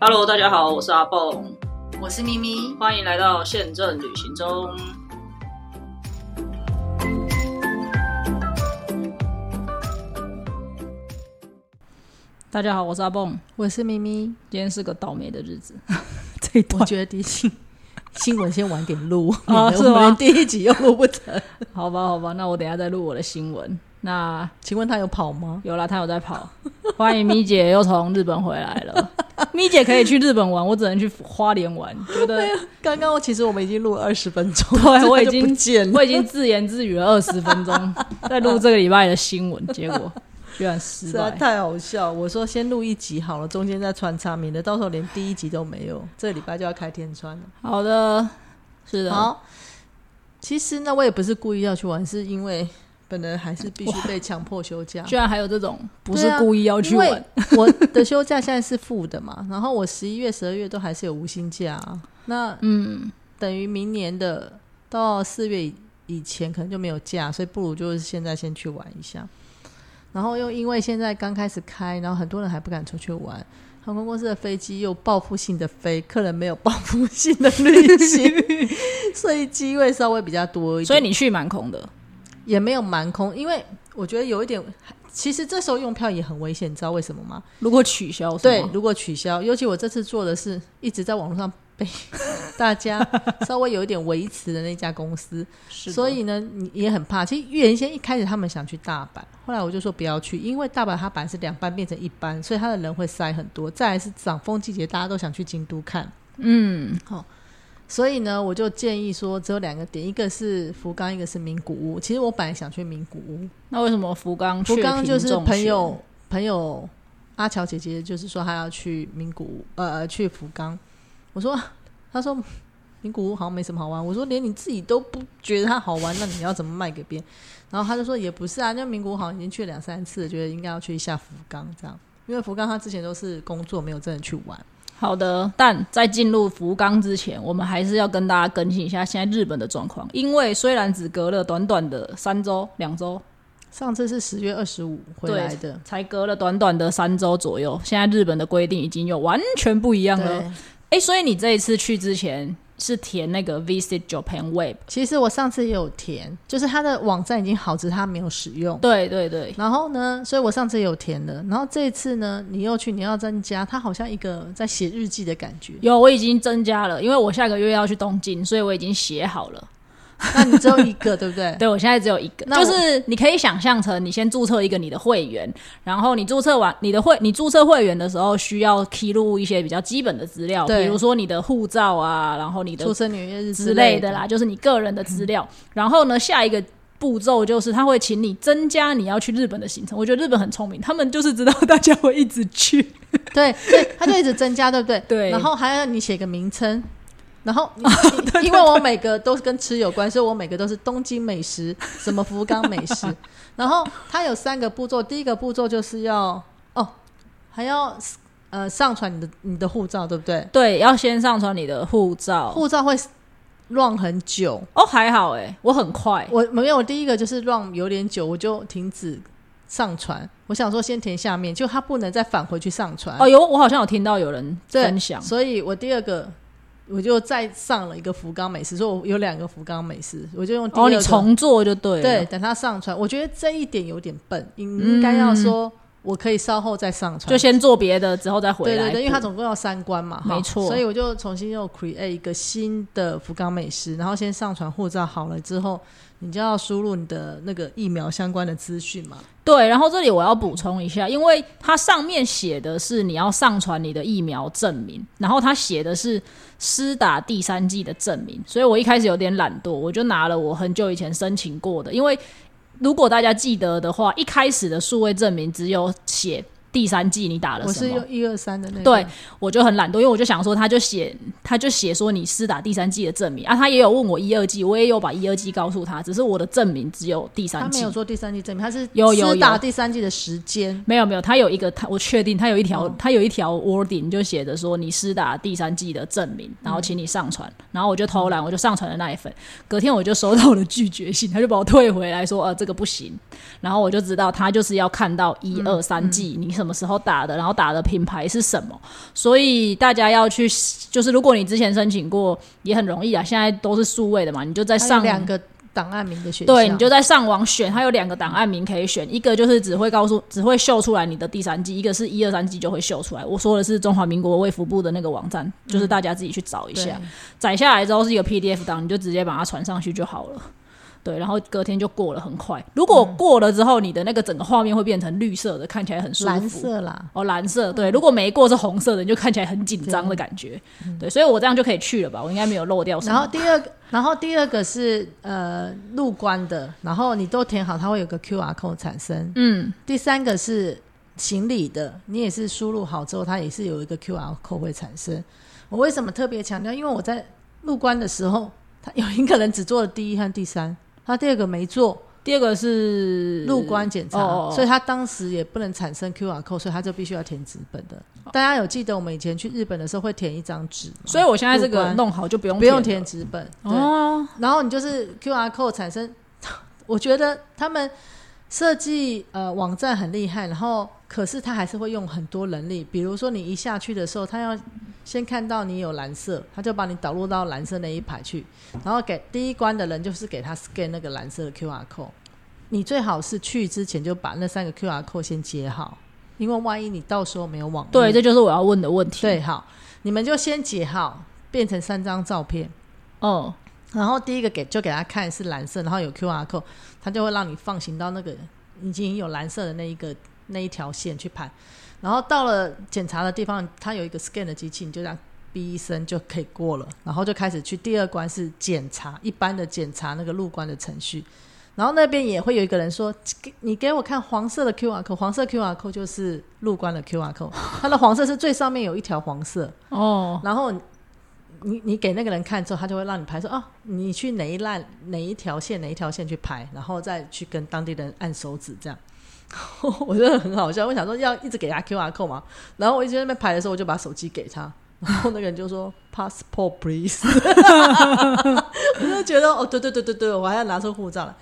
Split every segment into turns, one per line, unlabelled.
Hello，大家好，我是阿蹦，
我是咪咪，
欢迎来到宪政旅行中。大家好，我是阿蹦，
我是咪咪。
今天是个倒霉的日子， 这一
我
段
觉得第一期新闻先晚点 录，
啊
免得
是
我
吗
们第一集又录不成。
好吧，好吧，那我等一下再录我的新闻。那
请问他有跑吗？
有啦，他有在跑。欢迎咪姐又从日本回来 了。咪姐可以去日本玩，我只能去花莲玩，觉得
刚刚我其实我们已经录了二十分钟，
对我
这
已
就不
经
见了。
我已经自言自语了二十分钟，在录这个礼拜的新闻，结果居然失
实在
败。
太好笑！我说先录一集好了，中间再穿插，免得到时候连第一集都没有。这个礼拜就要开天窗了。
好的，是的，
好，其实呢，我也不是故意要去玩，是因为本人还是必须被强迫休假。
居然还有这种不
对
是
啊
故意要去
因
玩，
为我的休假现在是负的嘛，然后我十一月、十二月都还是有无薪假、啊，那
嗯，
等于明年的到四月以以前可能就没有假，所以不如就是现在先去玩一下。然后又因为现在刚开始开，然后很多人还不敢出去玩，航空公司的飞机又报复性的飞，客人没有报复性的旅行，所以机位稍微比较多一点。
所以你去蛮空的，
也没有蛮空，因为我觉得有一点，其实这时候用票也很危险，你知道为什么吗？
如果取消是
对
吗，
如果取消，尤其我这次做的是一直在网络上 被大家稍微有一点维持的那家公司，
是的
所以呢，你也很怕。其实原先一开始他们想去大阪，后来我就说不要去，因为大阪它本来是两班变成一班，所以它的人会塞很多。再来是长风季节，大家都想去京都看，
嗯，
所以呢，我就建议说只有两个点，一个是福冈，一个是名古屋。其实我本来想去名古屋，
那为什么福冈
福
去
冈就
平
是
重
朋
选
友朋友阿乔姐姐，就是说她要去名古屋，呃，去福冈。我说，啊她说名古屋好像没什么好玩。我说，连你自己都不觉得它好玩，那你要怎么卖给别人？然后她就说，也不是啊，那名古屋好像已经去了两三次了，觉得应该要去一下福冈这样。因为福冈她之前都是工作，没有真的去玩。
好的，但在进入福冈之前，我们还是要跟大家更新一下现在日本的状况，因为虽然只隔了短短的三周、两周，
上次是十月二十五回
对
来的，
才隔了短短的三周左右，现在日本的规定已经有完全不一样了。
对。
哎、所以你这一次去之前是填那个 Visit Japan Web？
其实我上次也有填，就是它的网站已经好，只是它没有使用。
对对对，。
然后呢，所以我上次有填了，然后这一次呢，你又去，你要增加，它好像一个在写日记的感觉
有我已经增加了，因为我下个月要去东京，所以我已经写好了。
那你只有一个，对不对？
对我现在只有一个，
那我
就是你可以想象成你先注册一个你的会员，然后你注册完你的会你注册会员的时候需要披露一些比较基本的资料，比
对
如说你的护照啊，然后你的
出生年月日
之类
类
的嗯啦，。就是你个人的资料。然后呢，下一个步骤就是他会请你增加你要去日本的行程。我觉得日本很聪明，他们就是知道大家会一直去。
对，所以它就一直增加，对不对？
对哦
然后还要你写个名称。然后你，你因为我每个都是跟吃有关，所以我每个都是东京美食，什么福冈美 食。然后它有三个步骤，第一个步骤就是要哦，还要呃上传你的你的护照，对不对？
对，要先上传你的护照。
护照会乱很久，
哦，还好诶、我很快。
我没有，我第一个就是让有点久，我就停止上传。我想说先填下面，就它不能再返回去上传。
哦，有我好像有听到有人
对，
分享，
所以我第二个我就再上了一个福冈美食，所以我有两个福冈美食，我就用第二
哦，
个。
你重做就对了。
对，，等它上传。我觉得这一点有点笨，你应该要说我可以稍后再上
嗯
传。
就先做别的，之后再回
对
来。
对对，因为它总共要三关嘛，哈
没错
所以我就重新又 create 一个新的福冈美食，然后先上传护照好了之后，你就要输入你的那个疫苗相关的资讯嘛。
对，然后这里我要补充一下，因为它上面写的是你要上传你的疫苗证明，然后它写的是施打第三剂的证明，所以我一开始有点懒惰，我就拿了我很久以前申请过的，因为如果大家记得的话，一开始的数位证明只有写第三剂你打了
我
什
是
么
用，一二三的那个，
对，我就很懒惰，因为我就想说，他就写他就写说你施打第三剂的证明啊，他也有问我一二剂，我也有把一二剂告诉他，只是我的证明只有第
他
三
没
剂
有。做第三季证明，他是
有有
施打
有
第三季的时间。
没有没有，他有一个他我确定他有一条、
哦
他有一条 wording 就写着说你施打第三季的证明，然后请你上传，
嗯
然后我就偷懒，我就上传了那一份，隔天我就收到了拒绝信，他
嗯
就把我退回来说呃这个不行，然后我就知道他就是要看到一二三季你什什么时候打的，然后打的品牌是什么，所以大家要去，就是如果你之前申请过，也很容易啊，现在都是数位的嘛，你就在
还有
上
两个档案名的选项，
对，你就在上网选，它有两个档案名可以选，一个就是只会告诉、只会秀出来你的第三季，一个是一二三季就会秀出来。我说的是中华民国卫福部的那个网站，就是
嗯
大家自己去找一下，载下来之后是一个 PDF 档，你就直接把它传上去就好了。对，然后隔天就过了，很快。如果
嗯
过了之后，你的那个整个画面会变成绿色的，看起来很舒服。
蓝色嗯啦，
哦，蓝色对，如果没过是红色的，你就看起来很紧张的感觉。对，所以我这样就可以去了吧？我应该没有漏掉什么。
嗯然后第二个，然后第二个是呃入关的，然后你都填好，它会有个 QR code 产生。
嗯，
第三个是行李的，你也是输入好之后，它也是有一个 QR code 会产生。我为什么特别强调？因为我在入关的时候，他有一个人只做了第一和第三，他第二个没做
第二个是
入关检查，
哦哦哦
所以他当时也不能产生 QR code，所以他就必须要填纸本的。
哦
大家有记得我们以前去日本的时候会填一张纸吗？
所以我现在这
入
个
关
弄好就不用
不用
了
填纸本，对。
哦，
然后你就是 QR code 产生， 我觉得他们设计呃网站很厉害，然后可是他还是会用很多人力，比如说你一下去的时候，他要先看到你有蓝色，他就把你导入到蓝色那一排去，然后给第一关的人就是给他 scan 那个蓝色的 QR code，你最好是去之前就把那三个 QR code 先接好，因为万一你到时候没有网络
对，这就是我要问的问题。
嗯对，好，你们就先截好，变成三张照片。
哦，
然后第一个给就给他看是蓝色，然后有 QR code，他就会让你放行到那个已经有蓝色的那一个那一条线去排。然后到了检查的地方，它有一个 scan 的机器，你就这样哔一声就可以过了。然后就开始去第二关是检查，一般的检查那个入关的程序。然后那边也会有一个人说：“给你给我看黄色的 QR code，黄色 QR code 就是入关的 QR code，它的黄色是最上面有一条黄色。”
哦，
然后你你你给那个人看之后，他就会让你排说哦，你去哪一栏哪一条线哪一条线去排，然后再去跟当地人按手指这样。 我觉得很好笑，我想说要一直给他 QR code 嘛，然后我一直在那边排的时候，我就把手机给他， 然后那个人就说 passport please，我就觉得哦对对对对对，我还要拿出护照来，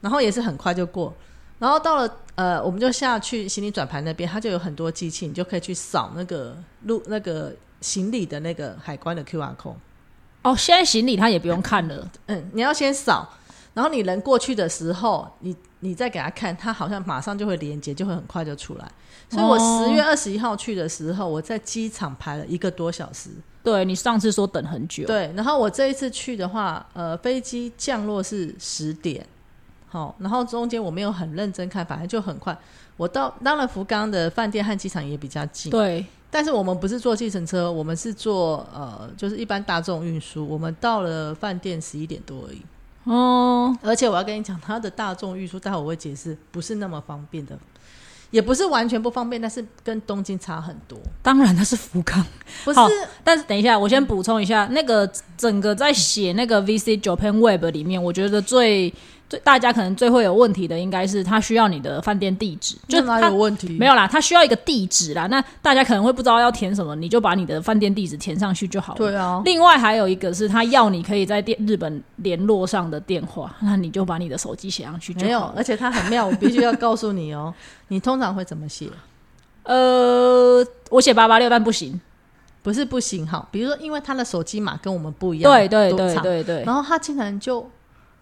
然后也是很快就过，然后到了呃，我们就下去行李转盘那边，它就有很多机器，你就可以去扫那个路那个行李的那个海关的 QR code。
哦，现在行李他也不用看了，
嗯，你要先扫，然后你人过去的时候，你你再给他看，他好像马上就会连接，就会很快就出来。所以我
哦
十月二十一号去的时候，我在机场排了一个多小时。
对你上次说等很久，
对，然后我这一次去的话，呃，飞机降落是十点，好，然后中间我没有很认真看，反正就很快。我到当然福冈的饭店和机场也比较近，
对
但是我们不是坐计程车，我们是坐呃，就是一般大众运输。我们到了饭店十一点多而已，
哦，
而且我要跟你讲，它的大众运输，待会我会解释，不是那么方便的，也不是完全不方便，但是跟东京差很多。
当然他是福冈，
不是
好但是等一下，我先补充一下，那个整个在写那个 VC Japan Web 里面，我觉得最最大家可能最会有问题的，应该是他需要你的饭店地址，就
那
他
哪有问题？
没有啦，他需要一个地址啦。那大家可能会不知道要填什么，你就把你的饭店地址填上去就好了。
对啊，
另外还有一个是他要你可以在电日本联络上的电话，那你就把你的手机写上去就
没有
好，了。
而且它很妙，我必须要告诉你哦。你通常会怎么写？
呃，我写八八六但不行。
不是不行哈，比如说，因为他的手机码跟我们不一样，
对对
多
对
长
对对，
然后他竟然就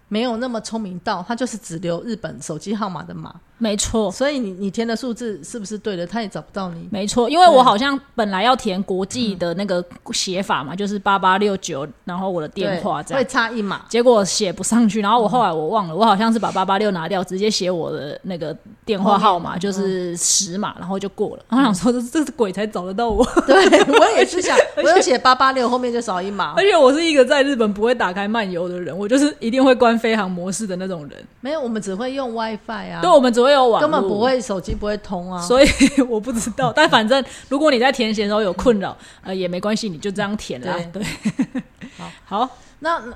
没有那么聪明到，他就是只留日本手机号码的码，
没错
所以你你填的数字是不是对的，他也找不到你。
没错，因为我
对
好像本来要填国际的那个写法嘛，就是八八六九，然后我的电话
对
这样
会。差一 码。
结果写不上去，然后我后来我忘了，我好像是把八八六拿掉，直接写我的那个电话号
哦
码，就是十码，然后就过了。然后想说这这是鬼才找得到我，
对，我也 是想，我有写八八六，后面就少一码
而。且我是一个在日本不会打开漫游的人，我就是一定会关飞行模式的那种人。
没有，我们只会用 WiFi 啊，
对，我们只会有网，
根本不。会手机不会通啊。
所以 我不知道，但反正如果你在填写的时候有困扰，呃，也没关系，你就这样填啦。对，好，
那那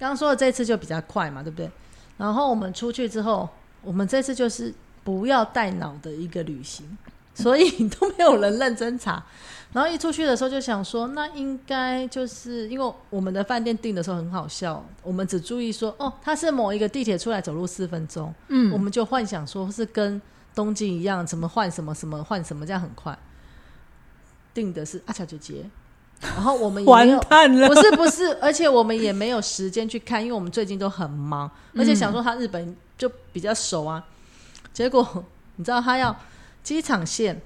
刚刚说的这次就比较快嘛，对不对？然后我们出去之后，我们这次就是不要带脑的一个旅行，所以 都没有人认真查。然后一出去的时候就想说，那应该就是因为我们的饭店订的时候很好笑，我们只注意说哦，它是某一个地铁出来走路四分钟，
嗯
我们就幻想说是跟东京一样，怎么换什么什么换什么，这样很快。定的是阿巧姐姐，然后我们也没
完
有，
蛋了
不，是不是，而且我们也没有时间去看，因为我们最近都很忙，
嗯
而且想说他日本就比较熟啊。结果你知道他要机场线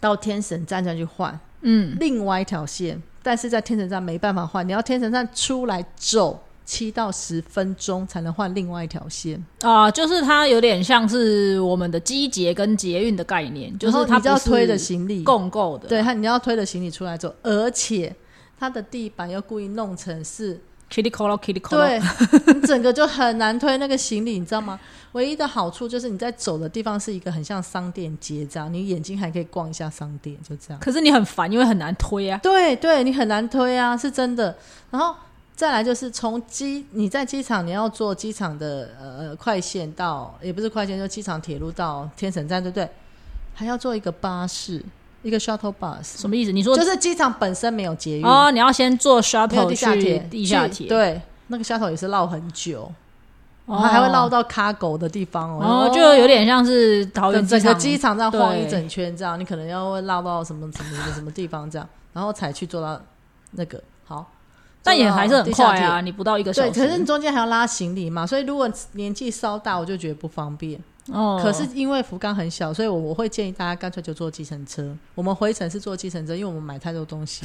到天神站再去换
嗯，
另外一条线，但是在天神站没办法换，你要天神站出来走七到十分钟才能换另外一条线。
啊、就是它有点像是我们的机捷跟捷运的概念，就
然
是
后
它
你就要
不是
推着行李，
共购的，
对他你要推着行李出来走，而且它的地板又故意弄成是
，kitty colo kitty colo，
对，你整个就很难推那个行李，你知道吗？唯一的好处就是你在走的地方是一个很像商店街这样，你眼睛还可以逛一下商店，就这样。
可是你很烦，因为很难推啊。
对对，你很难推啊，是真的。然后再来就是从机，你在机场你要坐机场的呃呃快线到，也不是快线，就机场铁路到天神站，对不对？还要坐一个巴士，一个 shuttle bus，
什么意思？你说
就是机场本身没有捷运，
哦，你要先坐
没有
shuttle
地下铁
去，地下
去
铁，
对，那个 shuttle 也是绕很久。
哦，
然后还会绕到卡狗的地方哦，
哦，就有点像是桃园
整整
机
个
场
机场这样晃
对
一整圈，这样你可能要会绕到什么什么什么地方这样，然后才去坐到那个好，
但也还是很快
坐
啊，
到
你不到一个
地
小
下
时。
铁。对，可是你中间还要拉行李嘛，所以如果年纪稍大，我就觉得不方便。
哦，
可是因为福冈很小，所以我我会建议大家干脆就坐计程车。我们回程是坐计程车，因为我们买太多东 西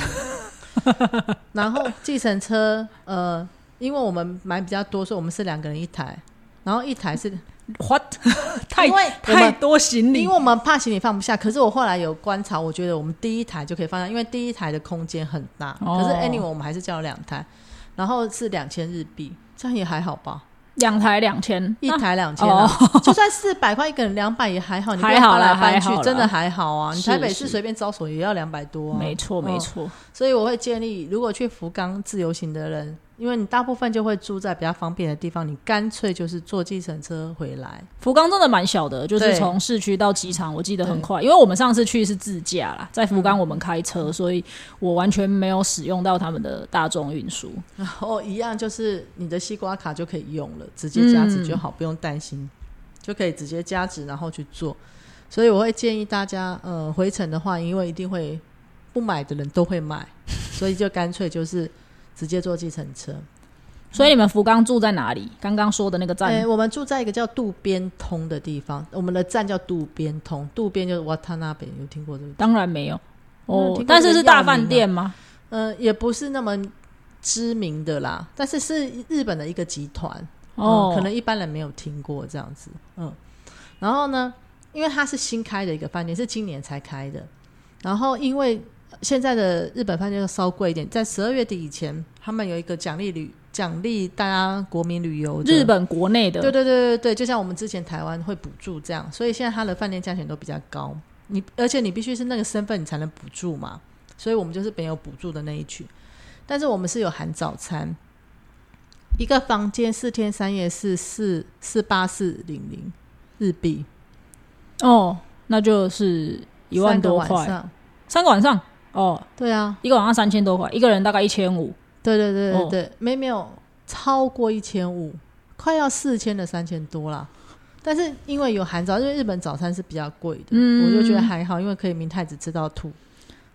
了。然后计程车，呃，因为我们买比较多，所以我们是两个人一台，然后一台是
what 太
因为我
太
们
多行李
因为我们怕行李放不下，可是我后来有观察，我觉得我们第一台就可以放下，因为第一台的空间很大。
哦
可是 anyway，我们还是叫了两台，然后是两千日币，这样也还好吧？
两台两千，
一
那
台两千、啊，
哦，
就算四百块一个人两百也还好，你 不
还
要
好
搬
啦
来搬
还好
去
啦，
真的还好啊。你
是
台北
是
市随便招手也要两百多、啊，
没错
嗯
没错，
所以我会建议，如果去福冈自由行的人，因为你大部分就会住在比较方便的地方，你干脆就是坐计程车回来。
福冈真的蛮小的，就是
对
从市区到机场，我记得很快，因为我们上次去是自驾啦，
嗯
在福冈我们开车，所以我完全没有使用到他们的大众运输。
然后一样就是你的西瓜卡就可以用了，直接加值就好，不用担心，就可以直接加值然后去做。所以我会建议大家，呃，回程的话，因为一定会不买的人都会买，所以就干脆就是直接坐计程车。
所以你们福冈住在哪里？刚刚说的那个
哎、
站
我们住在一个叫渡边通的地方，我们的站叫渡边通，渡边就是瓦塔那北，有听过这个？
当然没有
没有听
哦
过，
但是
这个
是大
药名
饭
啊
店吗？
呃，也不是那么知名的啦，但是是日本的一个集团。
哦，
嗯可能一般人没有听过这样子，嗯。然后呢，因为它是新开的一个饭店，是今年才开的。然后因为现在的日本饭店要稍贵一点，在十二月底以前，他们有一个奖励旅奖励大家国民旅游的
日。本国内的
对对对对对，就像我们之前台湾会补助这样，所以现在它的饭店价钱都比较高。你而且你必须是那个身份，你才能补助嘛。所以我们就是没有补助的那一群，但是我们是有含早餐。一个房间四天三夜是四四八四零零日币，
哦，那就是一万多
三个晚
块，
上。
三个晚上哦，
对啊，
一个晚上三千多块，一个人大概一千五，
对对对
哦
对对，没没有超过一千五，快要四千的三千多啦。但是因为有含早，因为日本早餐是比较贵的，
嗯
我就觉得还好，因为可以明太子吃到吐。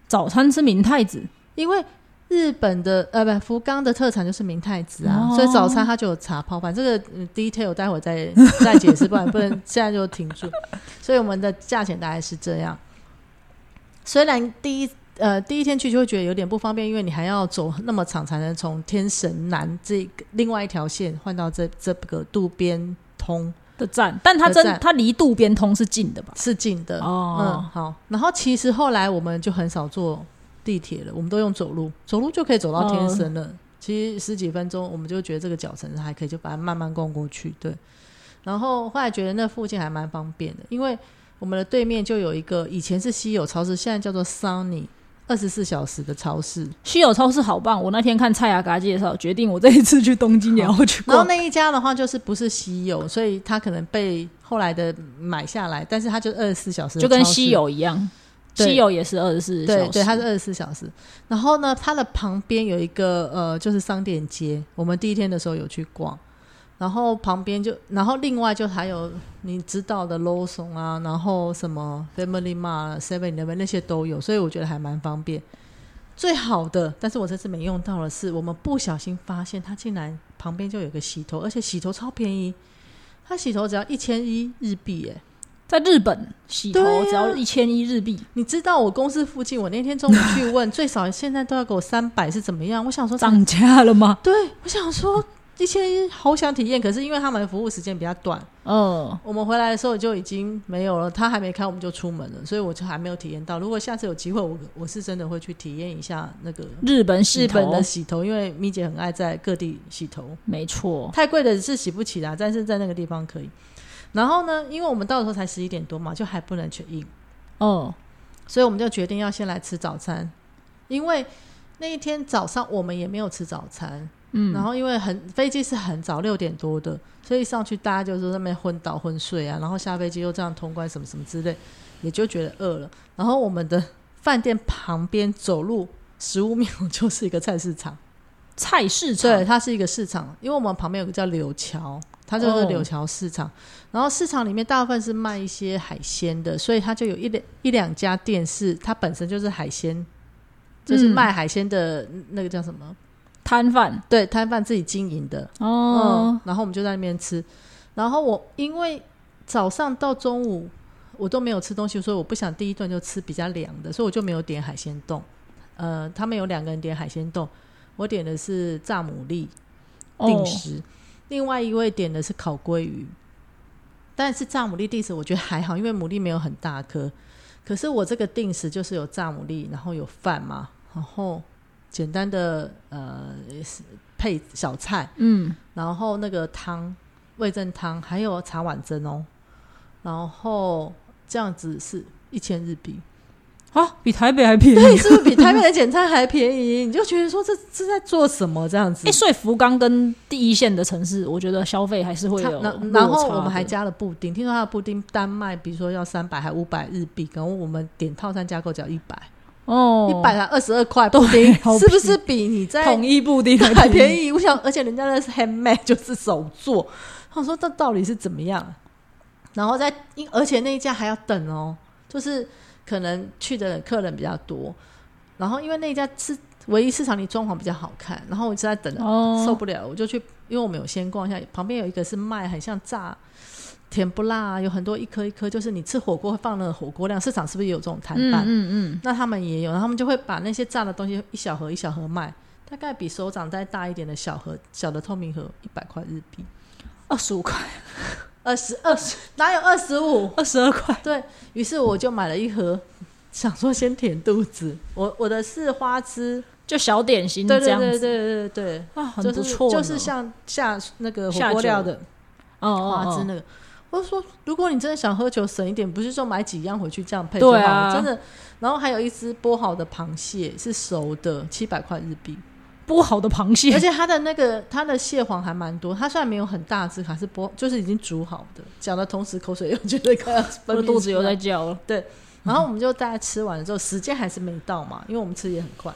早餐吃明太子
因为日本的呃不福冈的特产就是明太子啊，
哦
所以早餐它就有茶泡饭。这个、嗯 detail 待会再再解释，不然不能现在就停住。所以我们的价钱大概是这样。虽然第一呃第一天去就会觉得有点不方便，因为你还要走那么长才能从天神南这个另外一条线换到这这个渡边通
的站，但它
的
真
站
它离渡边通是近的吧？
是近的。嗯
哦，，
好。然后其实后来我们就很少坐地铁了，我们都用走路，走路就可以走到天神了。其实十几分钟，我们就觉得这个脚程还可以，就把它慢慢逛过去。对。然后后来觉得那附近还蛮方便的，因为我们的对面就有一个以前是稀有超市，现在叫做 Sunny 二十四小时的超市。
稀有超市好棒！我那天看蔡雅嘎介绍，决定我这一次去东京也要去
然后
逛。
那一家的话，就是不是稀有，所以它可能被后来的买下来，但是它就二十四小时的
就跟
超市
稀有一样，
对
稀有也是二十四小
对
时。
对，它是二十四小时。然后呢，它的旁边有一个呃，就是商店街，我们第一天的时候有去逛。然后旁边就，然后另外就还有你知道的 l o s o n 啊，然后什么 Family Mart、Seven Eleven 那些都有，所以我觉得还蛮方便。最好的，但是我这次没用到的是，我们不小心发现它竟然旁边就有个洗头，而且洗头超便宜，它洗头只要一千一日币耶、
在日本洗头
对啊
只要一千一日币，
你知道我公司附近，我那天中午去问，最少现在都要给我三百是怎么样？我想说，
涨价了吗？
对我想说一千一好想体验，可是因为他们服务时间比较短，
嗯，
我们回来的时候就已经没有了，他还没开我们就出门了，所以我就还没有体验到。如果下次有机会，我我是真的会去体验一下那个
日本洗
日
头，
本的洗头，因为咪姐很爱在各地洗头，
没错，
太贵的是洗不起啦，但是在那个地方可以。然后呢，因为我们到的时候才十一点多嘛，就还不能 check in，
嗯，
所以我们就决定要先来吃早餐，因为那一天早上我们也没有吃早餐，嗯，然后因为很飞机是很早六点多的，所以上去大家就是在那边昏倒昏睡啊，然后下飞机又这样通关什么什么之类，也就觉得饿了。然后我们的饭店旁边走路十五 秒就是一个菜市场，
菜市场
对，它是一个市场，因为我们旁边有个叫柳桥，它
哦
就是柳桥市场。然后市场里面大部分是卖一些海鲜的，所以它就有一两一两家店是它本身就是海鲜，就是
嗯
卖海鲜的那个叫什么？
摊贩
对，摊贩自己经营的。嗯
哦，，
然后我们就在那边吃。然后我因为早上到中午我都没有吃东西，所以我不想第一顿就吃比较凉的，所以我就没有点海鲜冻。呃，他们有两个人点海鲜冻，我点的是炸牡蛎定
哦
时，另外一位点的是烤鲑鱼。但是炸牡蛎定时我觉得还好，因为牡蛎没有很大颗。可是我这个定时就是有炸牡蛎，然后有饭嘛，然后简单的呃配小菜，
嗯，
然后那个汤味噌汤，还有茶碗蒸哦，然后这样子是一千日币，
啊，比台北还便宜。
对，哎是不是比台北的简餐还便宜？你就觉得说这这在做什么这样子
哎、？所以福冈跟第一线的城市，我觉得消费还是会
它
有
然
落
然后
差
我们还
的
加了布丁，听说它的布丁单卖，比如说要三百还五百日币，然后我们点套餐加购只要一百，
哦
一百才二十二块布丁
好，
是不
便宜
是比你在
统一布 丁
还便
宜。
宜？我想，而且人家那是 handmade，就是手做。我说这到底是怎么样？然后再，因而且那一家还要等哦，就是可能去的客人比较多，然后因为那一家是唯一市场里装潢比较好看，然后我就在等了，
哦
受不了，我就去，因为我们有先逛一下，旁边有一个是卖很像炸甜不辣、啊，有很多一颗一颗，就是你吃火锅会放的火锅量，市场是不是也有这种摊
嗯
贩？
嗯嗯，
那他们也有，然后他们就会把那些炸的东西一小盒一小盒卖，大概比手掌再大一点的小盒小的透明盒一百块日币，
二十五块，
二十二十哪有二十五？
二十二块，
对于是我就买了一盒，想说先填肚子。我我的是花枝，
就小点心
对
这
对
样
对
子
对对对
啊，很
对，
不
就是
错呢、
就是像下那个火
下酒
锅料的
哦
花
哦
枝
哦，
那个。我就说，如果你真的想喝酒省一点，不是说买几样回去这样配就好
对
了，
啊
真的。然后还有一只剥好的螃蟹是熟的，七百块日币。
剥好的螃
而
蟹，
且它的那个它的蟹黄还蛮多，它虽然没有很大只，还是剥就是已经煮好的。讲的同时口水又觉得快要
我
分
的
泌
肚子
出
又
来
在叫了。
然后我们就大家吃完了之后，时间还是没到嘛，因为我们吃也很快。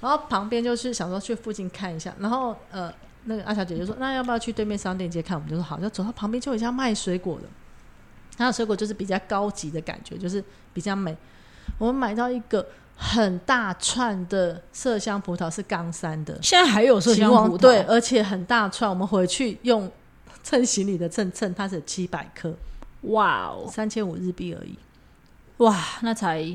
然后旁边就是想说去附近看一下，然后呃，那个阿小姐就说：“那要不要去对面商店街看？”我们就说：“好。”就走到旁边就有一家卖水果的，它的水果就是比较高级的感觉，就是比较美。我们买到一个很大串的麝香葡萄，是冈山的，
现在还有麝
秦
香
王
葡萄，
对，，而且很大串。我们回去用称行李的秤称，它是七百克，
哇哦，
三千五日币而已。
哇，那才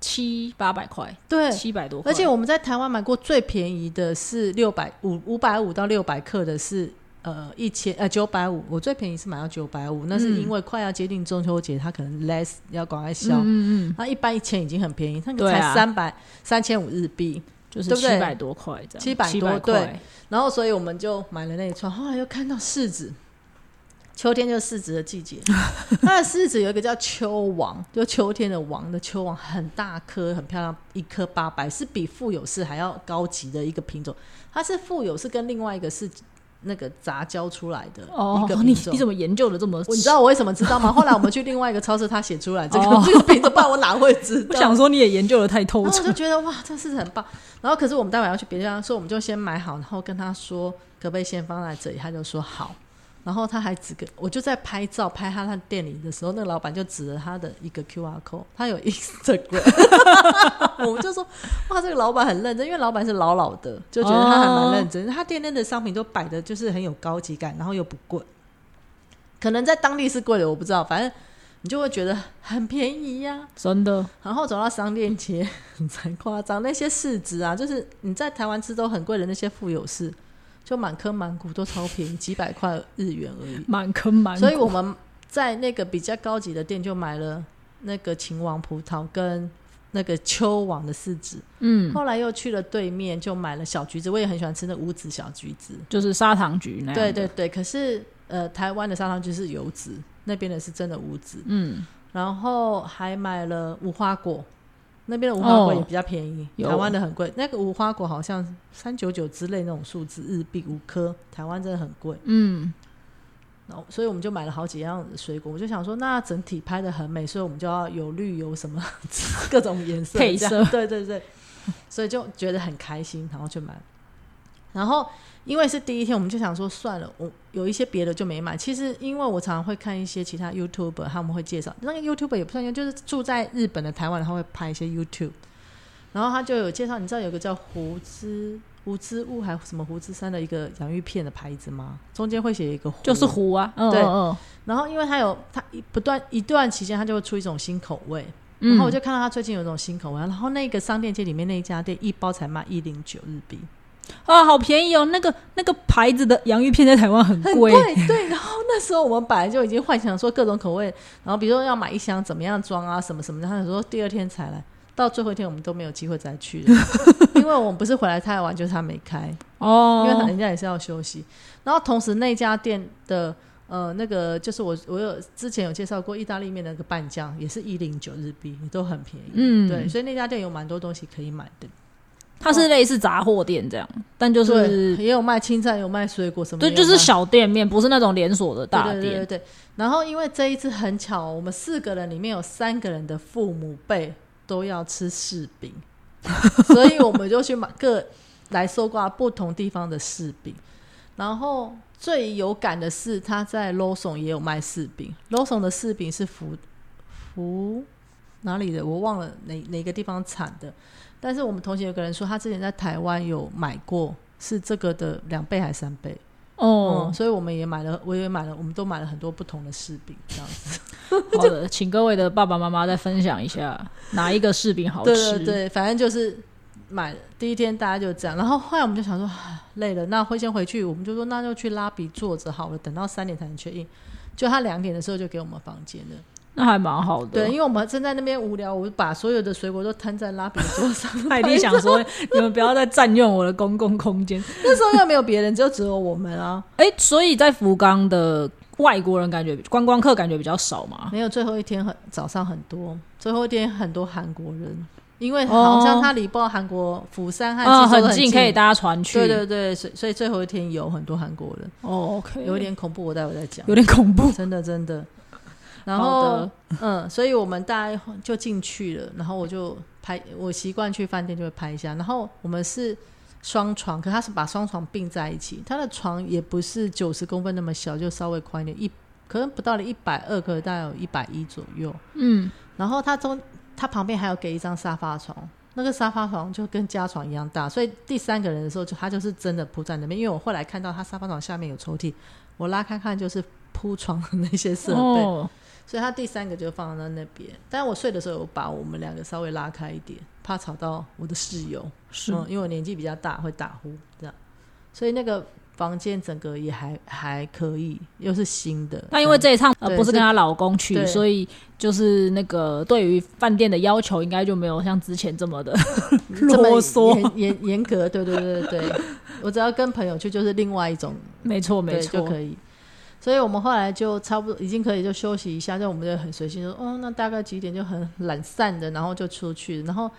七八百块，
对，
七百多块，
而且我们在台湾买过最便宜的是六百五五百五到六百克的是呃一千呃九百五，我最便宜是买到九百五，那是因为快要接近中秋节，它可能 less 要赶快销。
嗯嗯嗯，
那一般一千已经很便宜，那个
对
才
啊
三百三千五日币，
就是
对不
七
对
百多块这样，
700多
700
对
块，
然后所以我们就买了那一串。后来又看到柿子，秋天就是柿子的季节， 它的柿子有一个叫秋王，就秋天的王的秋王，很大颗，很漂亮，一颗八百，是比富有柿还要高级的一个品种。它是富有柿跟另外一个是那个杂交出来的
哦
一个，
你
品种。
你怎么研究的这么？
我你知道我为什么知道吗？后来我们去另外一个超市，他写出来这个、
哦
这个品种，不然我哪会知道？
我想说你也研究的太透
然后我
彻
哦就，觉得哇，这是很棒。然后可是我们待会要去别的地方，所以我们就先买好，然后跟他说可不可以先放在这里，他就说好。然后他还指给我就在拍照拍他他店里的时候，那个老板就指了他的一个 QR code，他有 Instagram，我们就说哇，这个老板很认真，因为老板是老老的，就觉得他还蛮认真，他店内的商品都摆的就是很有高级感，然后又不贵，可能在当地是贵的，我不知道，反正你就会觉得很便宜呀、
真的，
然后走到商店街， 才夸张。那些市值啊，就是你在台湾吃都很贵的那些富有市，就满坑满谷都超便宜，几百块日元而已。
满坑满谷。
所以我们在那个比较高级的店就买了那个秦王葡萄跟那个秋王的柿子，
嗯，
后来又去了对面就买了小橘子，我也很喜欢吃那五子小橘子。
就是砂糖橘那样。
对，对对，可是呃，台湾的砂糖橘是油脂，那边的是真的无籽。
嗯，
然后还买了无花果，那边的无花果也比较便宜，
有
台湾的很贵。那个无花果好像三九九之类那种数字，日币五颗，台湾真的很贵。
嗯，
然后，所以我们就买了好几样水果。我就想说，那整体拍的很美，所以我们就要有绿有什么 各种颜色
配
这样
色
对对对，所以就觉得很开心，然后就买。然后因为是第一天，我们就想说算了，我有一些别的就没买。其实因为我常常会看一些其他 YouTuber，他们会介绍那个 YouTuber 也不算，就是住在日本的台湾，他会拍一些 YouTube，然后他就有介绍，你知道有个叫胡之。胡之物还有什么胡之山的一个洋芋片的牌子吗？中间会写一个胡，
就是糊啊。嗯
对
嗯
然后因为它有它一不断一段期间，它就会出一种新口味。
嗯，
然后我就看到它最近有一种新口味，然后那个商店街里面那一家店一包才卖一零九日币，
啊，好便宜哦！那个那个牌子的洋芋片在台湾很
很
贵，
贵。对，然后那时候我们本来就已经幻想说各种口味，然后比如说要买一箱怎么样装啊，什么什么的。他说第二天才来，到最后一天我们都没有机会再去 了，因为我们不是回来太晚，就是他没开。
哦，
因为人家也是要休息。然后同时那家店的呃那个就是我我有之前有介绍过意大利面的那个拌酱，也是一零九日币，也都很便宜。
嗯，
对，，所以那家店有蛮多东西可以买的，
它是类似杂货店这样，但就是
对也有卖青菜，有卖水果什么的
对，
也有卖，
就是小店面，不是那种连锁的大
对对对
店。
对对。然后因为这一次很巧，我们四个人里面有三个人的父母辈都要吃柿饼， 所以我们就去买各来搜刮不同地方的柿饼。然后最有感的是，他在 Lawson 也有卖柿饼，Lawson 的柿饼是福福哪里的我忘了哪哪个地方产的，但是我们同学有个人说，他之前在台湾有买过，是这个的两倍还是三倍？
哦
嗯，，所以我们也买了，我也买了，我们都买了很多不同的柿饼，这样子。
嗯 好的，请各位的爸爸妈妈再分享一下哪一个柿饼好
对
吃。
对对，反正就是买了第一天大家就这样，然后后来我们就想说唉累了，那会先回去，我们就说那就去拉比坐着好了，等到三点才能确定。就他两点的时候就给我们房间了，
那还蛮好的。
对，因为我们正在那边无聊，我把所有的水果都摊在拉比的桌上，
他一定想说，
哦
你们不要再占用我的公共空间。
那时候又没有别人，就只有我们 啊。
哎、所以在福冈的外国人感觉观光客感觉比较少嘛？
没有，最后一天很早上很多，最后一天很多韩国人，因为好像他离报韩国釜山和
啊、
济州
哦很
近，
可以搭船去。
对对对，所以所以最后一天有很多韩国人，
哦，OK，
有点恐怖，我待会再讲，
有点恐怖。
真的 真的。然
好
后
的
嗯，所以我们大概就进去了，然后我就拍，我习惯去饭店就会拍一下。然后我们是双床，可他是把双床并在一起，他的床也不是九十公分那么小，就稍微宽一点，一可能不到了一百二，可能大概有一百一左右。
嗯，
然后它中它旁边还有给一张沙发床，那个沙发床就跟家床一样大，所以第三个人的时候就它就是真的铺在那边。因为我后来看到它沙发床下面有抽屉，我拉开看就是铺床的那些设备，
哦，
所以它第三个就放在那边。但我睡的时候有把我们两个稍微拉开一点，怕吵到我的室友，
是
嗯，因为我年纪比较大会打呼这样，所以那个。房间整个也还还可以，又是新的。
那因为
这
这
样
一趟呃
嗯对
不是跟
是
她老公去，
对
所以就是那个对于饭店的要求应该就没有像之前这么的
这么
啰嗦。
严严严格，对对对对对，我只要跟朋友去就是另外一种，
没错，
对
没
就
错。
可以。所以我们后来就差不多已经可以就休息一下，就我们就很随性说，哦，那大概几点就很懒散的，然后就出去。然后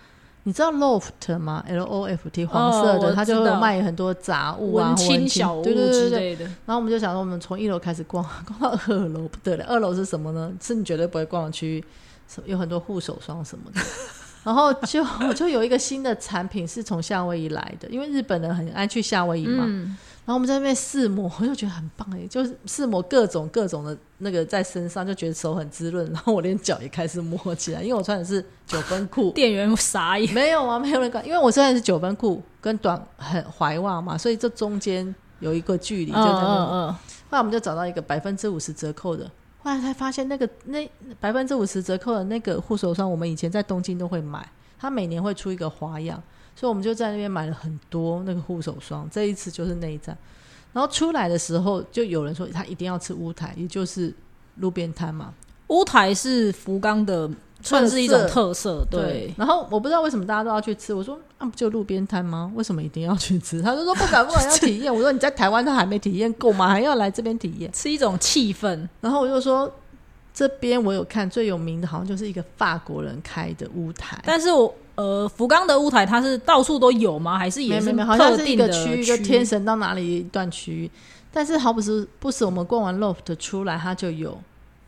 你知道 loft 吗？L O F T 黄色的，
哦我
它就
知
会
道
卖很多杂物
文
啊、文
青小屋
对对
之
对对
类的，
然后我们就想说，我们从一楼开始逛， 逛到二楼不得了。二楼是什么呢？是你绝对不会逛的区域，什有很多护手霜什么的。 然后就 就有一个新的产品是从夏威夷来的，因为日本人很爱去夏威夷嘛。
嗯，
然后我们在那边试抹，我就觉得很棒哎，就是试抹各种各种的那个在身上，就觉得手很滋润， 然后我连脚也开始抹起来，因为我穿的是九分裤，
店员傻眼，
没有啊，没有人管，因为我虽然是九分裤跟短很踝袜嘛，所以这中间有一个距离，
嗯
就在那边
嗯嗯，
后来我们就找到一个百分之五十折扣的，后来才发现那个那百分之五十折扣的那个护手霜，我们以前在东京都会买，它每年会出一个花样，所以我们就在那边买了很多那个护手霜。这一次就是那一站，然后出来的时候就有人说他一定要吃乌台，也就是路边摊嘛。
乌台是福冈的，算是一种特色，对。
然后我不知道为什么大家都要去吃，我说那、啊、不就路边摊吗？为什么一定要去吃？他就说不敢不敢要体验。我说你在台湾都还没体验够吗？还要来这边体验？
是一种气氛，
然后我就说，这边我有看最有名的，好像就是一个法国人开的乌台，
但是我呃，福冈的乌台它是到处都有吗？还是
没
也
有没有没有，好像
特
是一
定
个
的
区域，就天神到哪里一段区域。但是好不是不是我们逛完 loft 出来，它就有，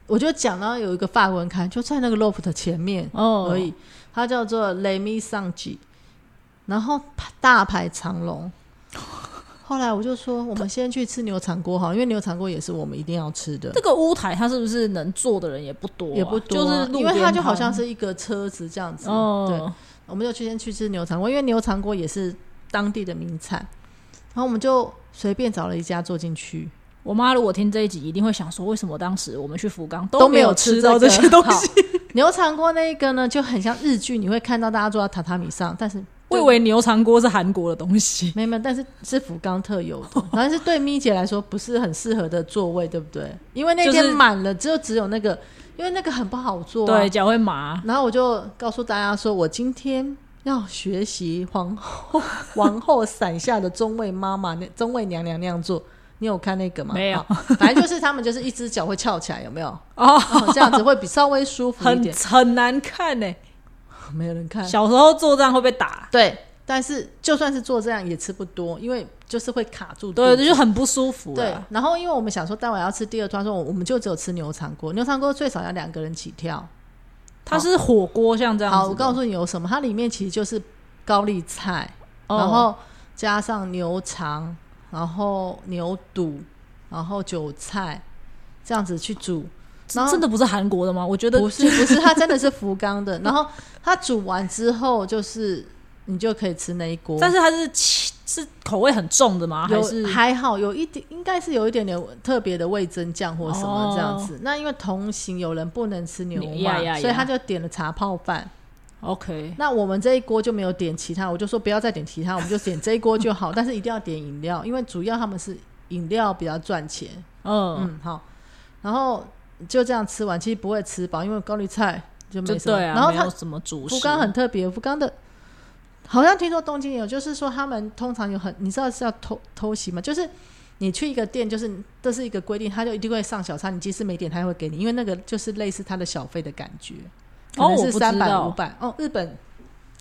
我就讲到有一个法国人开，就在那个 loft 前面
哦
而已，它叫做雷米上吉，然后大排长龙。后来我就说，我们先去吃牛肠锅好了，因为牛肠锅也是我们一定要吃的。
这个乌台它是不是能坐的人也不多啊、
也不多啊、
就是路
因为它
边
就好
摊
像是一个车子这样子。
哦，
对，我们就去先去吃牛肠锅，因为牛肠锅也是当地的名产。然后我们就随便找了一家坐进去，
我妈如果听这一集，一定会想说，为什么当时我们去福冈
都
没
没有
吃
吃
到
这
这
个
些东 西？
牛肠锅那一个呢就很像日剧，你会看到大家坐在榻榻米上，但是
我以为牛肠锅是韩国的东西，
没有没有，但是是福冈特有 的，但是对咪姐来说不是很适合的座位，对不对？因为那
就
天
是
满了，只有只有那个，因为那个很不好坐、啊，
对，脚会麻。
然后我就告诉大家说，我今天要学习皇后 王后伞下的中尉妈妈那中尉娘娘那样做。你有看那个吗？
没有
好，反正就是他们就是一只脚会翘起来，有没 有？
哦，
哦，这样子会比稍微舒服一
很
点。
很难看呢、欸
没有人看，
小时候做这样会被打，
对，但是就算是做这样也吃不多，因为就是会卡住肚
对，
子。
就是很不舒服
对
啦。，
然后因为我们想说待会要吃第二桌，他说我我们就只有吃牛肠锅，牛肠锅最少要两个人起跳。
它是火锅像这样子的。
好，我告诉你有什么，它里面其实就是高丽菜，
哦
然后加上牛肠，然后牛肚，然后韭菜，这样子去煮。
这
然后
真的不是韩国的吗？我觉得
不是不是，它真的是福冈的。然后它煮完之后，就是你就可以吃那一锅。
但是它是起是口味很重的吗？还
有
是
还好，有一点应该是有一点点特别的味增酱或什么这样
哦
子。那因为同行有人不能吃牛
牛
嘛
呀呀
所以
呀
他就点了茶泡饭。
OK？
那我们这一锅就没有点其他，我就说不要再点其他，我们就点这一锅就好，但是一定要点饮料，因为主要他们是饮料比较赚钱。
嗯，
嗯，好，然后就这样吃完，其实不会吃饱，因为高丽菜就
就
没什么。
对啊，
然后
没有
它
什么主食。
福冈很特别，福冈的。好像听说东京也有，就是说他们通常有很，你知道是要偷偷袭吗？就是你去一个店，就是这是一个规定，他就一定会上小餐，你即使没点，他也会给你，因为那个就是类似他的小费的感觉，可
哦
能
我
是
不知
三百
道
五百哦。日本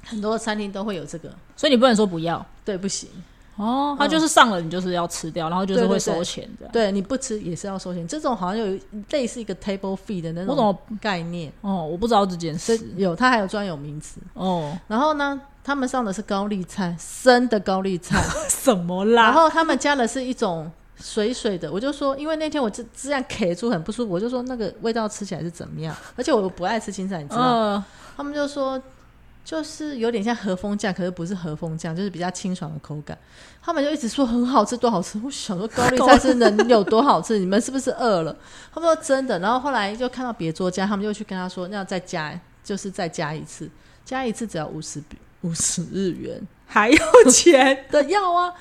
很多餐厅都会有这个，
所以你不能说不要
对，不行，
哦，它就是上了你就是要吃掉，然后就是
对对
会
对
收钱这样。
对，你不吃也是要收钱。这种好像有类似一个 table fee 的那
我怎
种
么
概念，
哦，我不知道这件
所
事
以有它还有专有名词。
哦，
然后呢，他们上的是高丽菜，生的高丽菜。
什么
然
啦？
后他们加的是一种水水的，我就说，因为那天我这这样咳出很不舒服，我就说那个味道吃起来是怎么样？而且我不爱吃青菜，你知道？
嗯，
他们就说就是有点像和风酱，可是不是和风酱，就是比较清爽的口感。他们就一直说很好吃，多好吃。我想说高丽菜是能有多好吃？你们是不是饿了？他们说真的。然后后来就看到别桌家，他们就去跟他说，那要再加，就是再加一次， 加一次只要五十五十日元
还要 钱
的药啊。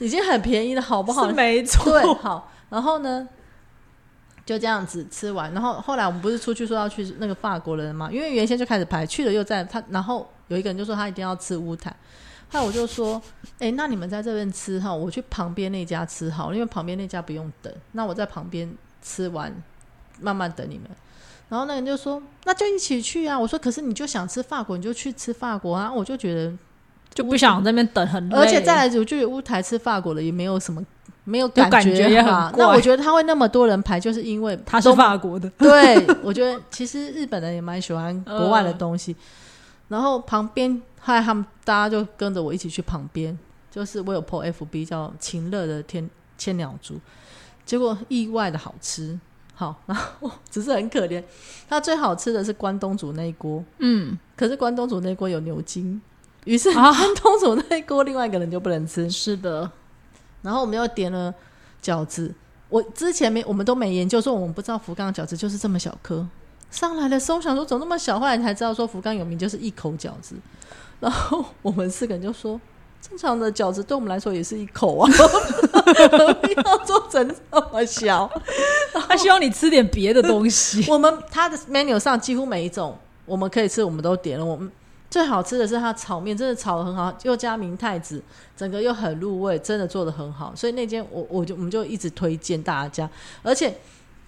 已经很便宜了，好不好？
是没错，
对，好，然后呢，就这样子吃完，然后后来我们不是出去说要去那个法国人嘛，因为原先就开始排，去了又在他，然后有一个人就说他一定要吃乌坦，后来我就说， 哎、那你们在这边吃哈，我去旁边那家吃好了，因为旁边那家不用等，那我在旁边吃完，慢慢等你们。然后那个人就说：“那就一起去啊！”我说：“可是你就想吃法国，你就去吃法国啊！”我就觉得
就不想在那边等很累，
而且再来，我就觉得乌台吃法国的也没有什么，没有
感
觉
觉也很
哈
怪
那我觉得他会那么多人排，就是因为
他是
都
法国的，
对，我觉得其实日本人也蛮喜欢国
嗯
外的东西。然后旁边，后来他们大家就跟着我一起去旁边，就是我有 PO FB 叫秦乐的天千鸟猪，结果意外的好吃。好，然后 只是很可怜，它最好吃的是关东煮那一锅，
嗯，
可是关东煮那一锅有牛筋，于是
啊
关东煮那一锅另外一个人就不能吃。
是的，
然后我们又点了饺子。我之前没，我们都没研究，说我们不知道福冈饺子就是这么小颗。上来的时候想说怎么那么小，后来才知道说福冈有名就是一口饺子。然后我们四个人就说，正常的饺子对我们来说也是一口啊， 不要做成这么小。
他希望你吃点别的东西。
我们它的 menu 上几乎每一种我们可以吃，我们都点了。我们最好吃的是它炒面，真的炒的很好，又加明太子，整个又很入味，真的做的很好。所以那间我我就我们就一直推荐大家，而且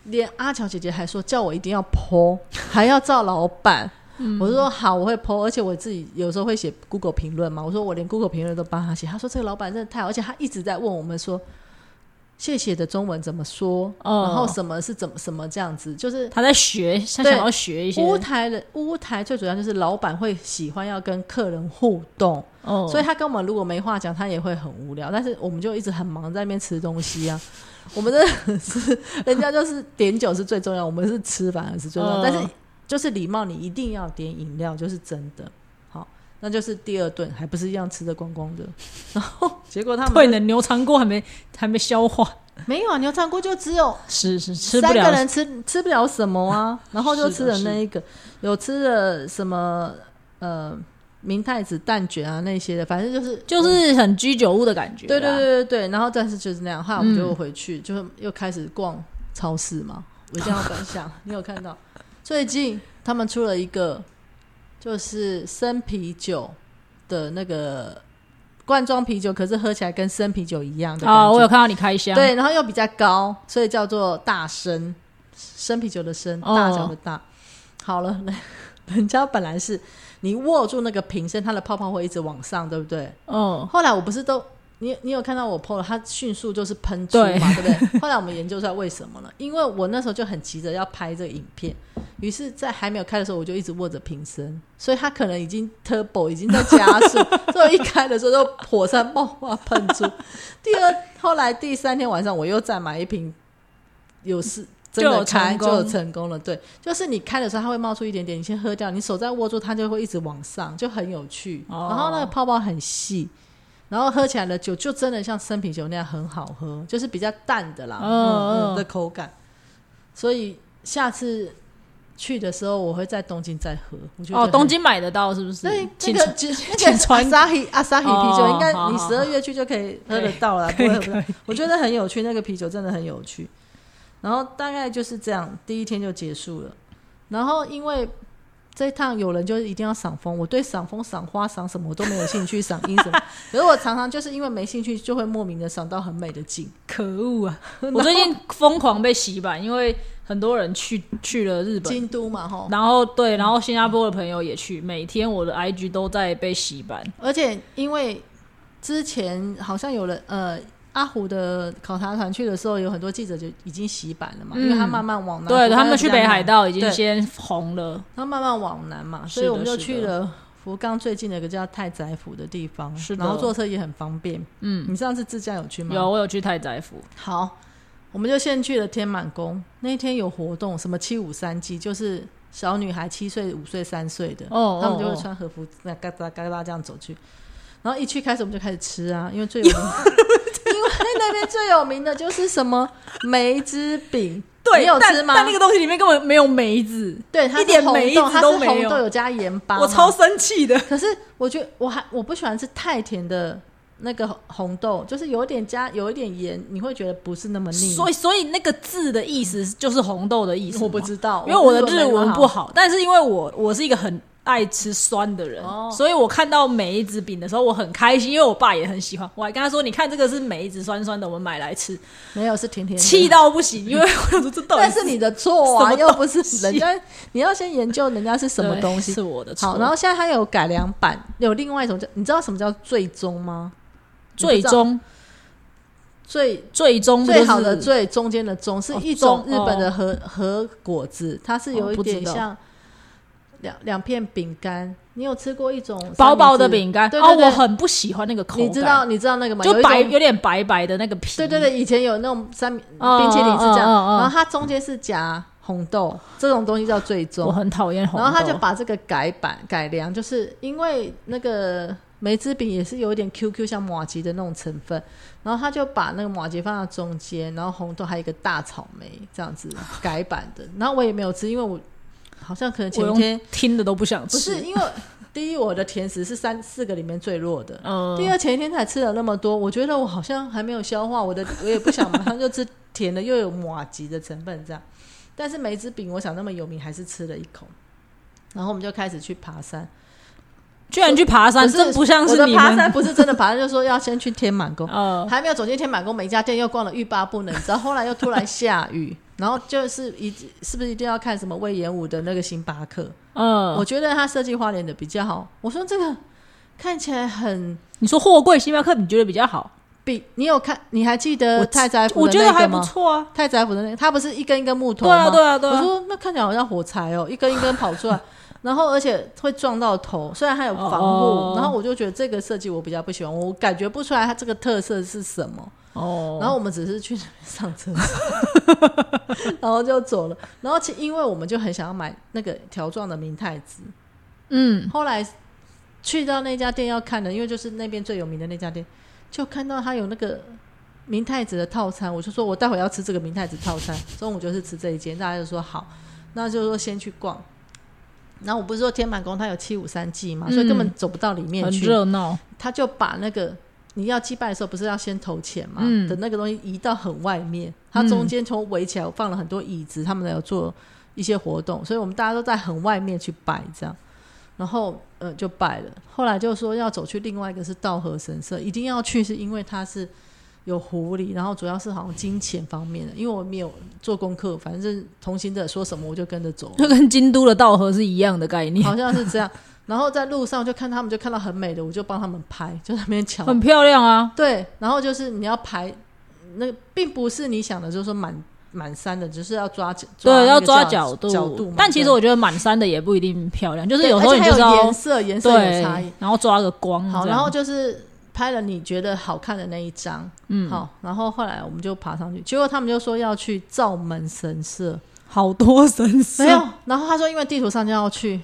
连阿乔姐姐还说叫我一定要剖，还要照老板。
嗯
我说好，我会 PO，而且我自己有时候会写 Google 评论嘛。我说我连 Google 评论都帮他写。他说这个老板真的太好，而且他一直在问我们说谢谢的中文怎么说，
哦
然后什么是怎么什么这样子，就是
他在学，他
对
想要学一些，
乌台的乌台最主要就是老板会喜欢要跟客人互动，
哦
所以他跟我们如果没话讲，他也会很无聊。但是我们就一直很忙在那边吃东西啊，我们真的是人家就是点酒是最重要，我们是吃反而是最重
嗯
要。但是就是礼貌，你一定要点饮料，就是真的。好，那就是第二顿还不是一样吃的光光的， 然后结果他
对
们
你的牛肠锅还没还没消化，
没有啊，牛肠锅就只有
是是吃不
三个
了，
人吃吃不了什么 啊，然后就吃了那一个，有吃了什么呃明太子蛋卷啊那些的，反正就是
就是啊很居酒屋的感觉。
对对对，对对，然后但是就是那样，后来我们就回
嗯
去，就是又开始逛超市嘛，我一定要分 享，你有看到最近他们出了一个就是生啤酒的那个罐装啤酒，可是喝起来跟生啤酒一样的感
啊，
觉
我有看到你开箱，，
对，然后又比较高，所以叫做大生，生啤酒的生，
哦
大小的大。好了，人人家本来是你握住那个瓶身，它的泡泡会一直往上，对不对？
哦，
后来我不是都你你有看到我 PO 了，它迅速就是喷出嘛，对不对？后 来我们研究出来为什么了，因为我那时候就很急着要拍这个影片，于是，在还没有开的时候，我就一直握着瓶身，所以它可能已经 turbo 已经在加速，所以我一开的时候就火山爆发喷出。第二，后来第三天晚上我又再买一瓶，有事。真
就有
的开
成
就
功
有成功了，对，就是你开的时候它会冒出一点点，你先喝掉，你手再握住它就会一直往上，就很有趣。
哦
然后那个泡泡很细，然后喝起来的酒就真的像生啤酒那样很好喝，就是比较淡的啦，
嗯
嗯
嗯
嗯的口感。所以下次去的时候，我会在东京再喝。我觉得
哦，
很
东，京买得到是不是
那？那
请
个 那
请
个
传
阿萨希阿萨希啤酒，
哦
应该
好
你
好
十二月去就可以喝得到了，不会喝不到。我觉得很有趣，那个啤酒真的很有趣。然后大概就是这样，第一天就结束了。然后因为这一趟有人就是一定要赏枫，我对赏枫、赏花、赏什么我都没有兴趣，赏樱什么。可是我常常就是因为没兴趣，就会莫名的赏到很美的景。
可恶啊！我最近疯狂被洗版，因为很多人去去了日本，
京都嘛，吼，
然后对，然后新加坡的朋友也去，每天我的 IG 都在被洗版。
而且因为之前好像有人呃。阿虎的考察团去的时候，有很多记者就已经洗版了嘛，
嗯
因为他慢慢往南，
对，
不断地
他们去
这样
北海
弄
道已经
对
先红了，
然后慢慢往南嘛，
是的
所以我们就是
的
去了福冈最近的一个叫太宰府的地方，
是的
然后坐车也很方便。
嗯，
你上次自驾有去吗？
有，我有去太宰府，
好，我们就先去了天满宫，那一天有活动，什么七五三季，就是小女孩七岁、五岁、三岁的，
哦
他们就
哦
会
哦
穿和服，那嘎哒嘎哒这样走去。然后一去开始我们就开始吃啊，因为最有名， 因为那边最有名的就是什么梅枝饼，
对，
你有
但
吃吗？
但那个东西里面根本没有梅子，
对，它
一
是
点
红
梅
豆
子
它
都
是
没
红
有
豆有加盐巴嘛，
我超生气的。
可是我觉得我还我不喜欢吃太甜的那个红红豆，就是有一点加有一点盐，你会觉得不是那么腻。
所以，所以那个字的意思就是红豆的意思吗，
哦我不知道，
因为我的
日
日文
不
不。好，但是因为我我是一个很爱吃酸的人，
哦
所以我看到梅子饼的时候我很开心，因为我爸也很喜欢，我还跟他说：“你看这个是梅子酸酸的，我们买来吃。
没有是甜”甜的。
气到不行，因为我想说这到底
但是你的错
什
啊，
么
又不是
东西
人家，你要先研究人家哎是什么
对
东西
是。我的错。
好，然后现在它有改良版，有另外一种叫，你知道什么叫最终吗？
最终
最
最终不就
最
是
好的最中间的中是
哦
一种
中
日本的和和果子，它是有
哦
一
不知
点
道
像两两片饼干，你有吃过一种
薄薄的饼干。
对对对
哦，我很不喜欢那个口感，
你知道你知道那个吗？有
就
一种
白有点白白的那个皮。
对对对，以前有那种三明
哦
冰淇淋是这样，
哦哦哦
然后它中间是夹红豆这种东西叫最
我
终，
很讨厌红
然
豆。
后他就把这个改版改良，就是因为那个梅子饼也是有一点 QQ 像马吉的那种成分，然后他就把那个马吉放到中间，然后红豆还有一个大草莓这样子改版的，然后我也没有吃，因为我好像可能前
我
一
用
天
听的都不想吃。
不是因为第一我的甜食是三四个里面最弱的，
嗯，
第二前一天才吃了那么多，我觉得我好像还没有消化，我的 我也不想马上就吃甜的，又有马吉的成分这样。但是梅子饼，我想那么有名，还是吃了一口。然后我们就开始去爬山，
居然去爬山，
不是
真不像
我的
你
爬
们。
山不是真的爬山，就说要先去天 满宫，
呃，
还没有走进天满宫，每一家店又逛了欲罢不能。你知道后来又突然下雨，然后就是一是不是一定要看什么魏延武的那个星巴克？
嗯，
我觉得他设计花莲的比较好。我说这个看起来很
你说货柜星巴克，你觉得比较好？
比你有看？你还记得
我
太宰府
我
的
觉得
那
还
个
不
吗？
错啊。
太宰府的那个，它不是一根一根木头
对
吗？
啊，对啊，对
我
啊。
说那看起来好像火柴哦，一根一根跑 出来，然后而且会撞到头，虽然它有防护，
哦
然后我就觉得这个设计我比较不喜欢，我感觉不出来它这个特色是什么。
哦，
然后我们只是去那边上厕所， 然后就走了。然后其因为我们就很想要买那个条状的明太子，
嗯，
后来去到那家店要看的，因为就是那边最有名的那家店，就看到他有那个明太子的套餐，我就说我待会要吃这个明太子套餐，中午就是吃这一间，大家就说好，那就说先去逛。然后我不是说天满宫它有七五三祭嘛，所以根本走不到里面
很
去，
热闹。
他就把那个。你要祭拜的时候，不是要先投钱嘛？
嗯
的那个东西移到很外面，它中间从围起来放了很多椅子，他们有做一些活动，所以我们大家都在很外面去拜这样，然后呃就拜了。后来就说要走去另外一个是道和神社，一定要去是因为它是有狐狸，然后主要是好像金钱方面的，因为我没有做功课，反正同行者说什么我就跟着走，
就跟京都的道河是一样的概念，
好像是这样。然后在路上就看他们就看到很美的，我就帮他们拍，就在那边瞧
很漂亮啊。
对，然后就是你要排，那个并不是你想的，就是说满满山的，只是要抓角那
对，
个
要抓
角
角度。
角度嘛。
但其实
对
我觉得满山的也不一定漂亮，就是
对
有时候
而且
你就
还
是
有
要
颜色，颜色有
对
差异。，
然后抓个光。
好，
这
然
样
后就是拍了你觉得好看的那一张，
嗯，
好，然后后来我们就爬上去，结果他们就说要去灶门神社，
好多神社
没有，然后他说因为地图上就要去。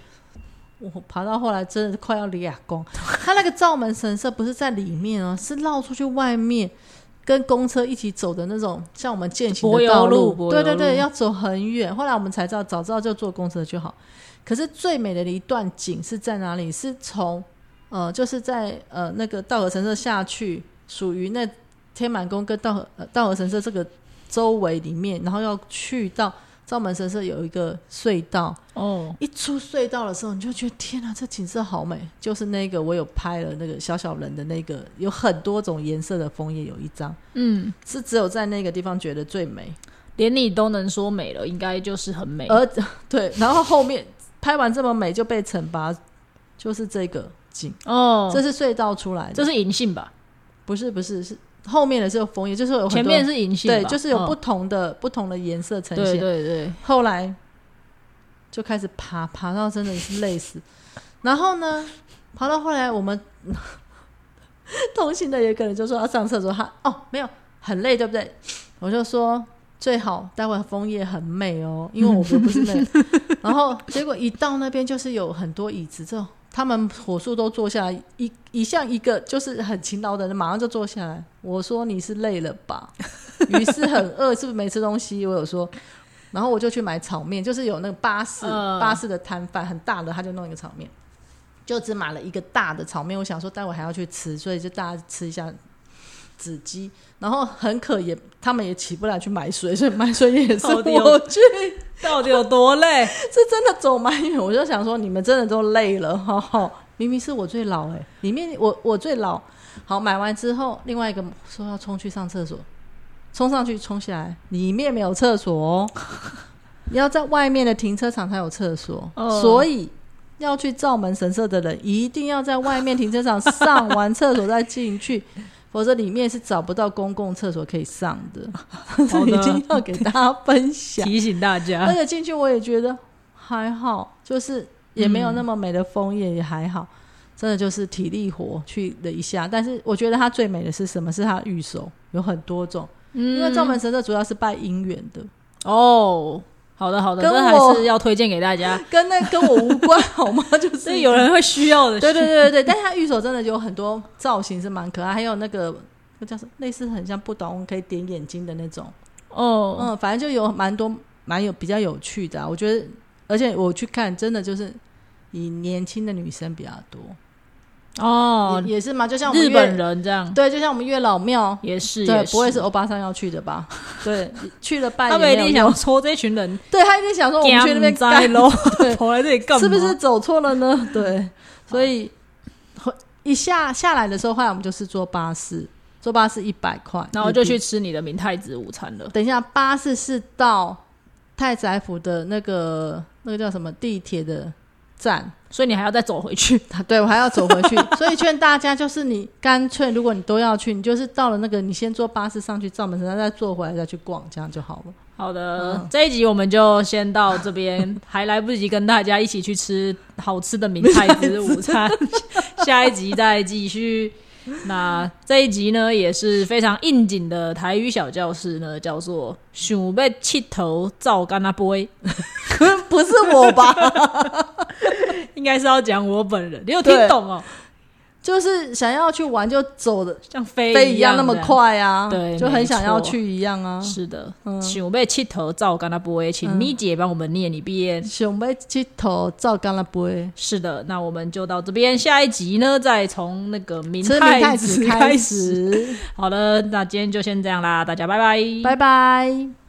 我爬到后来真的快要离亚宫，他那个灶门神社不是在里面哦，是绕出去外面，跟公车一起走的那种，像我们践行
柏
的
油
道
路柏
对
油
对对，
路
要走很远。后来我们才知道，早知道就坐公车就好。可是最美的一段景是在哪里？是从呃，就是在呃那个道和神社下去，属于那天满宫跟道和、呃、道和神社这个周围里面，然后要去到灶门神社有一个隧道，
哦，
一出隧道的时候，你就觉得天啊，这景色好美！就是那个我有拍了那个小小人的那个，有很多种颜色的枫叶，有一张
嗯，
是只有在那个地方觉得最美。
连你都能说美了，应该就是很美。
而 对，然后后面拍完这么美就被惩罚，就是这个景，
哦，
这是隧道出来的，
这是银杏吧？
不是不是是后面的是有枫叶，就是有很多
前面是银杏吧，
对，就是有不
嗯
同的、不同的颜色呈
对
现。
对对，
后来就开始爬，爬到真的是累死。然后呢，爬到后来，我们 同行的有一个人就说要上厕所，他哦没有很累，对不对？我就说最好待会枫叶很美哦，因为我们不是那个。然后结果一到那边就是有很多椅子，这他们火速都坐下来，一一向一个就是很勤劳的人，马上就坐下来。我说你是累了吧？于是很饿，是不是没吃东西？我有说，然后我就去买炒面，就是有那个巴士、
嗯
巴士的摊贩很大的，他就弄一个炒面，就只买了一个大的炒面。我想说待会还要去吃，所以就大家吃一下子鸡。然后很渴也，他们也起不来去买水，所以买水也是
好丢
我去，
到底有多 累？
是真的走蛮远。我就想说你们真的都累了，哈、哈，明明是我最老哎、里面我我最老。好，买完之后，另外一个说要冲去上厕所，冲上去冲下来，里面没有厕 所哦，你要在外面的停车场才有厕所，
哦
所以要去照门神社的人一定要在外面停车场上完厕所再进去。否则里面是找不到公共厕所可以上 的，这
好的
一定要给大家分享。
提醒大
而
家，
且进去我也觉得还好，就是也没有那么美的枫叶，也还好。真的就是体力活去了一下，但是我觉得它最美的是什么？是它的玉手，有很多种。
嗯
因为赵门神社主要是拜姻缘的，
哦，好的好的，
跟
这
我
还是要推荐给大 家，
跟那跟我无关好吗？就
所
是
以有人会需要 的。
对对对对对，但是它玉手真的有很多造型是蛮可爱，还有那个那叫什么，类似很像不懂可以点眼睛的那种，
哦，
嗯，反正就有蛮多蛮有比较有趣的、啊，我觉得，而且我去看真的就是以年轻的女生比较多，
哦，
也也是嘛，就像我们
日
月
本人这样
对，就像我们月老庙，
也是，
对
也，
不会是欧巴桑要去的 吧？对，去了拜
他们
也
一
没有
定
用，
想说这群人
对他一定想说我们去那边
栽
干
喽
对，
跑来这里干嘛？
是不是？走错了呢？对，所以后一下下来的时候，后来我们就是坐巴士，坐巴士一百块，
然后就
日
去
币。
吃你的明太子午餐了。
等一下，巴士是到太宰府的那个那个叫什么地铁的站，
所以你还要再走回去。
啊对我还要走回去，所以劝大家就是你干脆，如果你都要去，你就是到了那个，你先坐巴士上去照门神，再坐回来再去逛，这样就好了。
好的，
嗯
这一集我们就先到这 边，还来不及跟大家一起去吃好吃的明太子午餐，下一集再继续。那这一集呢，也是非常应景的台语小教室呢，叫做“想被气头照干那 boy”，
不是我吧？
应该是要讲我本人，你有听
对
懂哦？
就是想要去玩就走的
像飞
飞一
样
样那么
这样。
快啊，
对
就很想要
没错
去一样啊。
是的，
嗯
想被气头照干那 boy，请咪姐帮我们念一遍。
想要去头照干了杯，
是的，那我们就到这边，下一集呢再从那个明
吃明
太
太
子
子
开
开
始。
始，
好了，那今天就先这样啦，大家拜拜，
拜拜。